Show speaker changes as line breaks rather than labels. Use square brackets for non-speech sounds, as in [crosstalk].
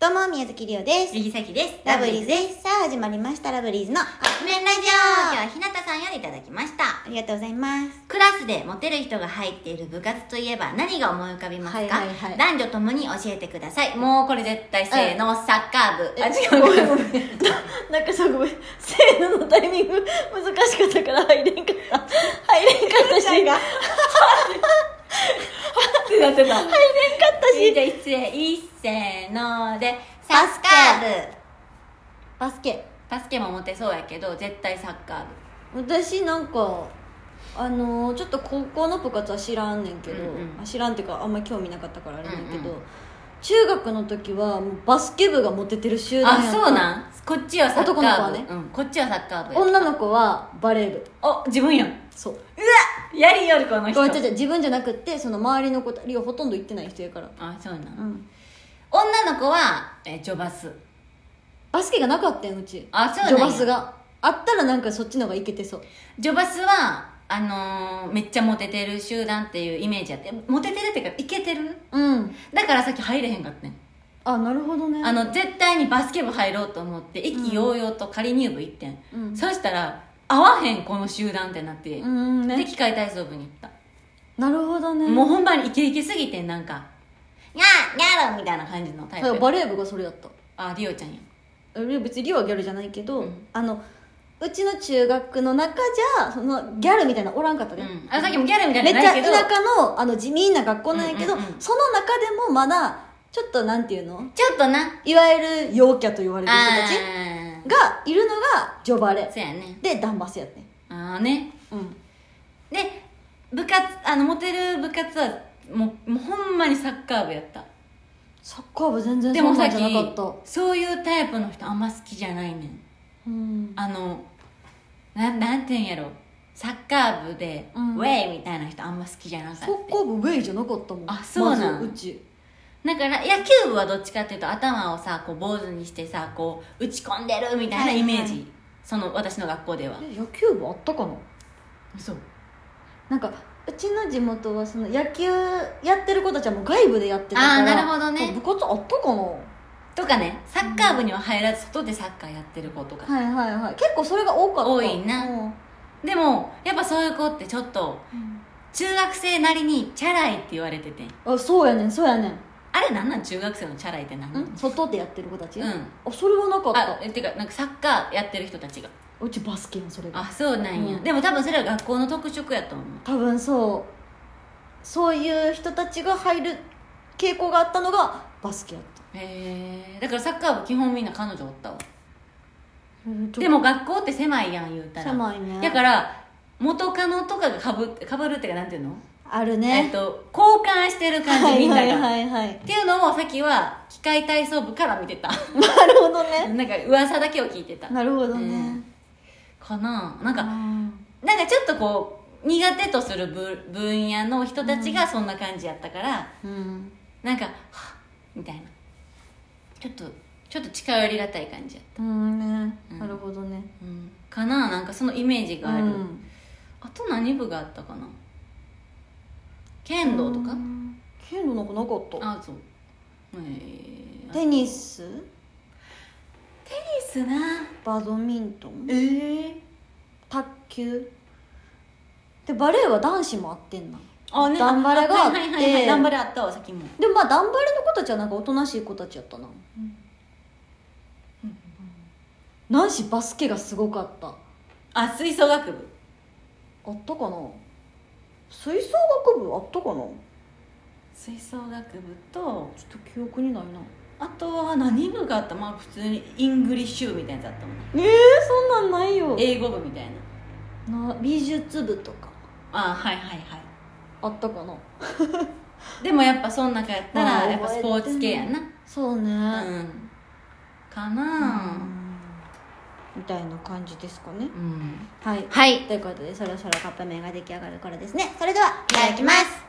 どうも、宮崎りおです。
杉崎です。
ラブリーズです。さあ、始まりました、ラブリーズの
カップ麺ラジオ今日は日向さんよりいただきました。
ありがとうございます。
クラスでモテる人が入っている部活といえば何が思い浮かびますか、
はいはいはい
男女ともに教えてください。もうこれ絶対せーの、サッカー部。
ごめんご
ご [laughs] め
め
ん
ん。ななんかさ、ごめん。せーののタイミング [laughs] 難しかったから入れんかった。入れんかったし。入れんか
ってなってた。
ったし。
じゃあ一斉、いっせーので、サッカー部。
[laughs] バスケ。
バスケもモテそうやけど、絶対サッカー
私なんか、あのーちょっと高校の部活は知らんねんけど、
うんうん
あ知らんっていうかあんま興味なかったからあれなんやけど、
うんうん
中学の時はもうバスケ部がモテてる集
部。
団や
あ、
った
そうなんこっちはサッカー部。
男の子はね
うん、こっちはサッカー部や。
女の子はバレー部
お、自分やん。
そう
やりよる、この
ご
人
めん。違う違う自分じゃなくってその周りの子リオほとんど行ってない人やから、
あ、そうなん
う。ん、
女の子は、えー、ジョバス。
バスケがなかったんうち
あそうなん
ジ
や
ョバスがあったらなんかそっちの方がいけてそう
ジョバスはあのーめっちゃモテてる集団っていうイメージやってモテてるっていうかイケてる
うん
だからさっき入れへんかったね
あなるほどね
あの絶対にバスケ部入ろうと思って意気揚々と仮入部行ってん、
うん
そしたら合わへんこの集団ってなって、
うん
で
ね
機械体操部に行った、
なるほどね
もうほんまにイケイケすぎてんなんか「やーやろ!」みたいな感じのタイ
だから
プ
バレー部がそれやった
あリオちゃんや
え別にリオはギャルじゃないけど、
うん
あのうちの中学の中じゃそのギャルみたいなのおらんかった
う
ね、
んあさっきもギャルみたい
め
な
っ
の
ちゃ
ない
田
けど
舎のあの地味な学校なんやけど、
うんうんうん
その中でもまだちょっとなんていうの
ちょっとない
わゆる陽キャと言われる人
あ
たち
ー
がいるのがジョバレ
そうやね
でダンバスやってん
ああね
うん
で部活あのモテる部活はもうもうほんまにサッカー部やった
サッカー部全然
で
そ
も
ん
さ
な
っ
んじゃ
き
なかった
そういうタイプの人あんま好きじゃないねん
うん
あのなんなんていうんやろサッカー部で、
うん
ウェイみたいな人あんま好きじゃなか
サ
っ
ッ
た
カー部ウェイじゃなかったもん
あそうなん
まずうち
だから野球部はどっちかっていうと頭をさこう坊主にしてさこう打ち込んでるみたいなイメージ、
はいは
その私の学校では
え野球部あったかな
そう
なんかうちの地元はその野球やってる子たちはもう外部でやってたから
あーなるほどね
部活あったかな
とかねサッカー部には入らず外でサッカーやってる子とか
はいはいはい結構それが多かった
多いな
うん
でもやっぱそういう子ってちょっと中学生なりにチャラいって言われてて
あそうやねんそうやね
あれなんなん中学生のチャラいってなん
ん
なん
ん外でやってる子たち
うん
あそれはなかっ
あ
た
えてかなんかサッカーやってる人たちが
うちバスケやんそれが
あそうなんや、
うん
でも多分それは学校の特色やと思う
多分そうそういう人たちが入る傾向があったのがバスケやった
へえだからサッカー部基本みんな彼女おったわで
でも
も学校って狭いやん言うたら
狭いね
だから元カノとかがかぶかぶるっていうかなんていうの、
ある
えっ
ね
と交換してる感じみんなが、
はいはいはいはい
っていうのをさっきは機械体操部から見てた
なるほどね
なんか噂だけを聞いてた
なるほど
う
ね
んかななんか
うん
なんかちょっとこう苦手とするぶ分野の人たちがそんな感じやったから、
うん
なんか「はっ」みたいなちょっとちょっと近寄りがたい感じやっ
うんね
うん
なるほどね
た、かななんかそのイメージがある、
うん
あと何部があったかな剣道とか、
うん剣道なんかなかった
あそうえー、テ
テニス
ニスな
バドミントン
ええ
卓球でバレーは男子もあってんな
あね
ダンバレがあ
あ
っ
は
て
いはいはい、ダンバレあったわさっきも
でもまあダンバレの子たちはなんかおとなしい子たちやったな男子バスケがすごかったあ
あ吹奏楽部
ったかな吹奏楽部あったかな
吹奏楽部と
ちょっと記憶にないな
あとは何部があったまあ普通にイングリッシュ部みたいなやつあったもんね
ええそんなんないよ
英語部みたいな
な美術部とか
あはいはいはい
あったかな
でもやっぱそん中やった
まあ
らやっぱスポーツ系やな
そうね、
うんかな
みたいな感じですかね
うん
はい
はいい
ということでそろそろカップ麺が出来上がる頃ですねそれではいただきます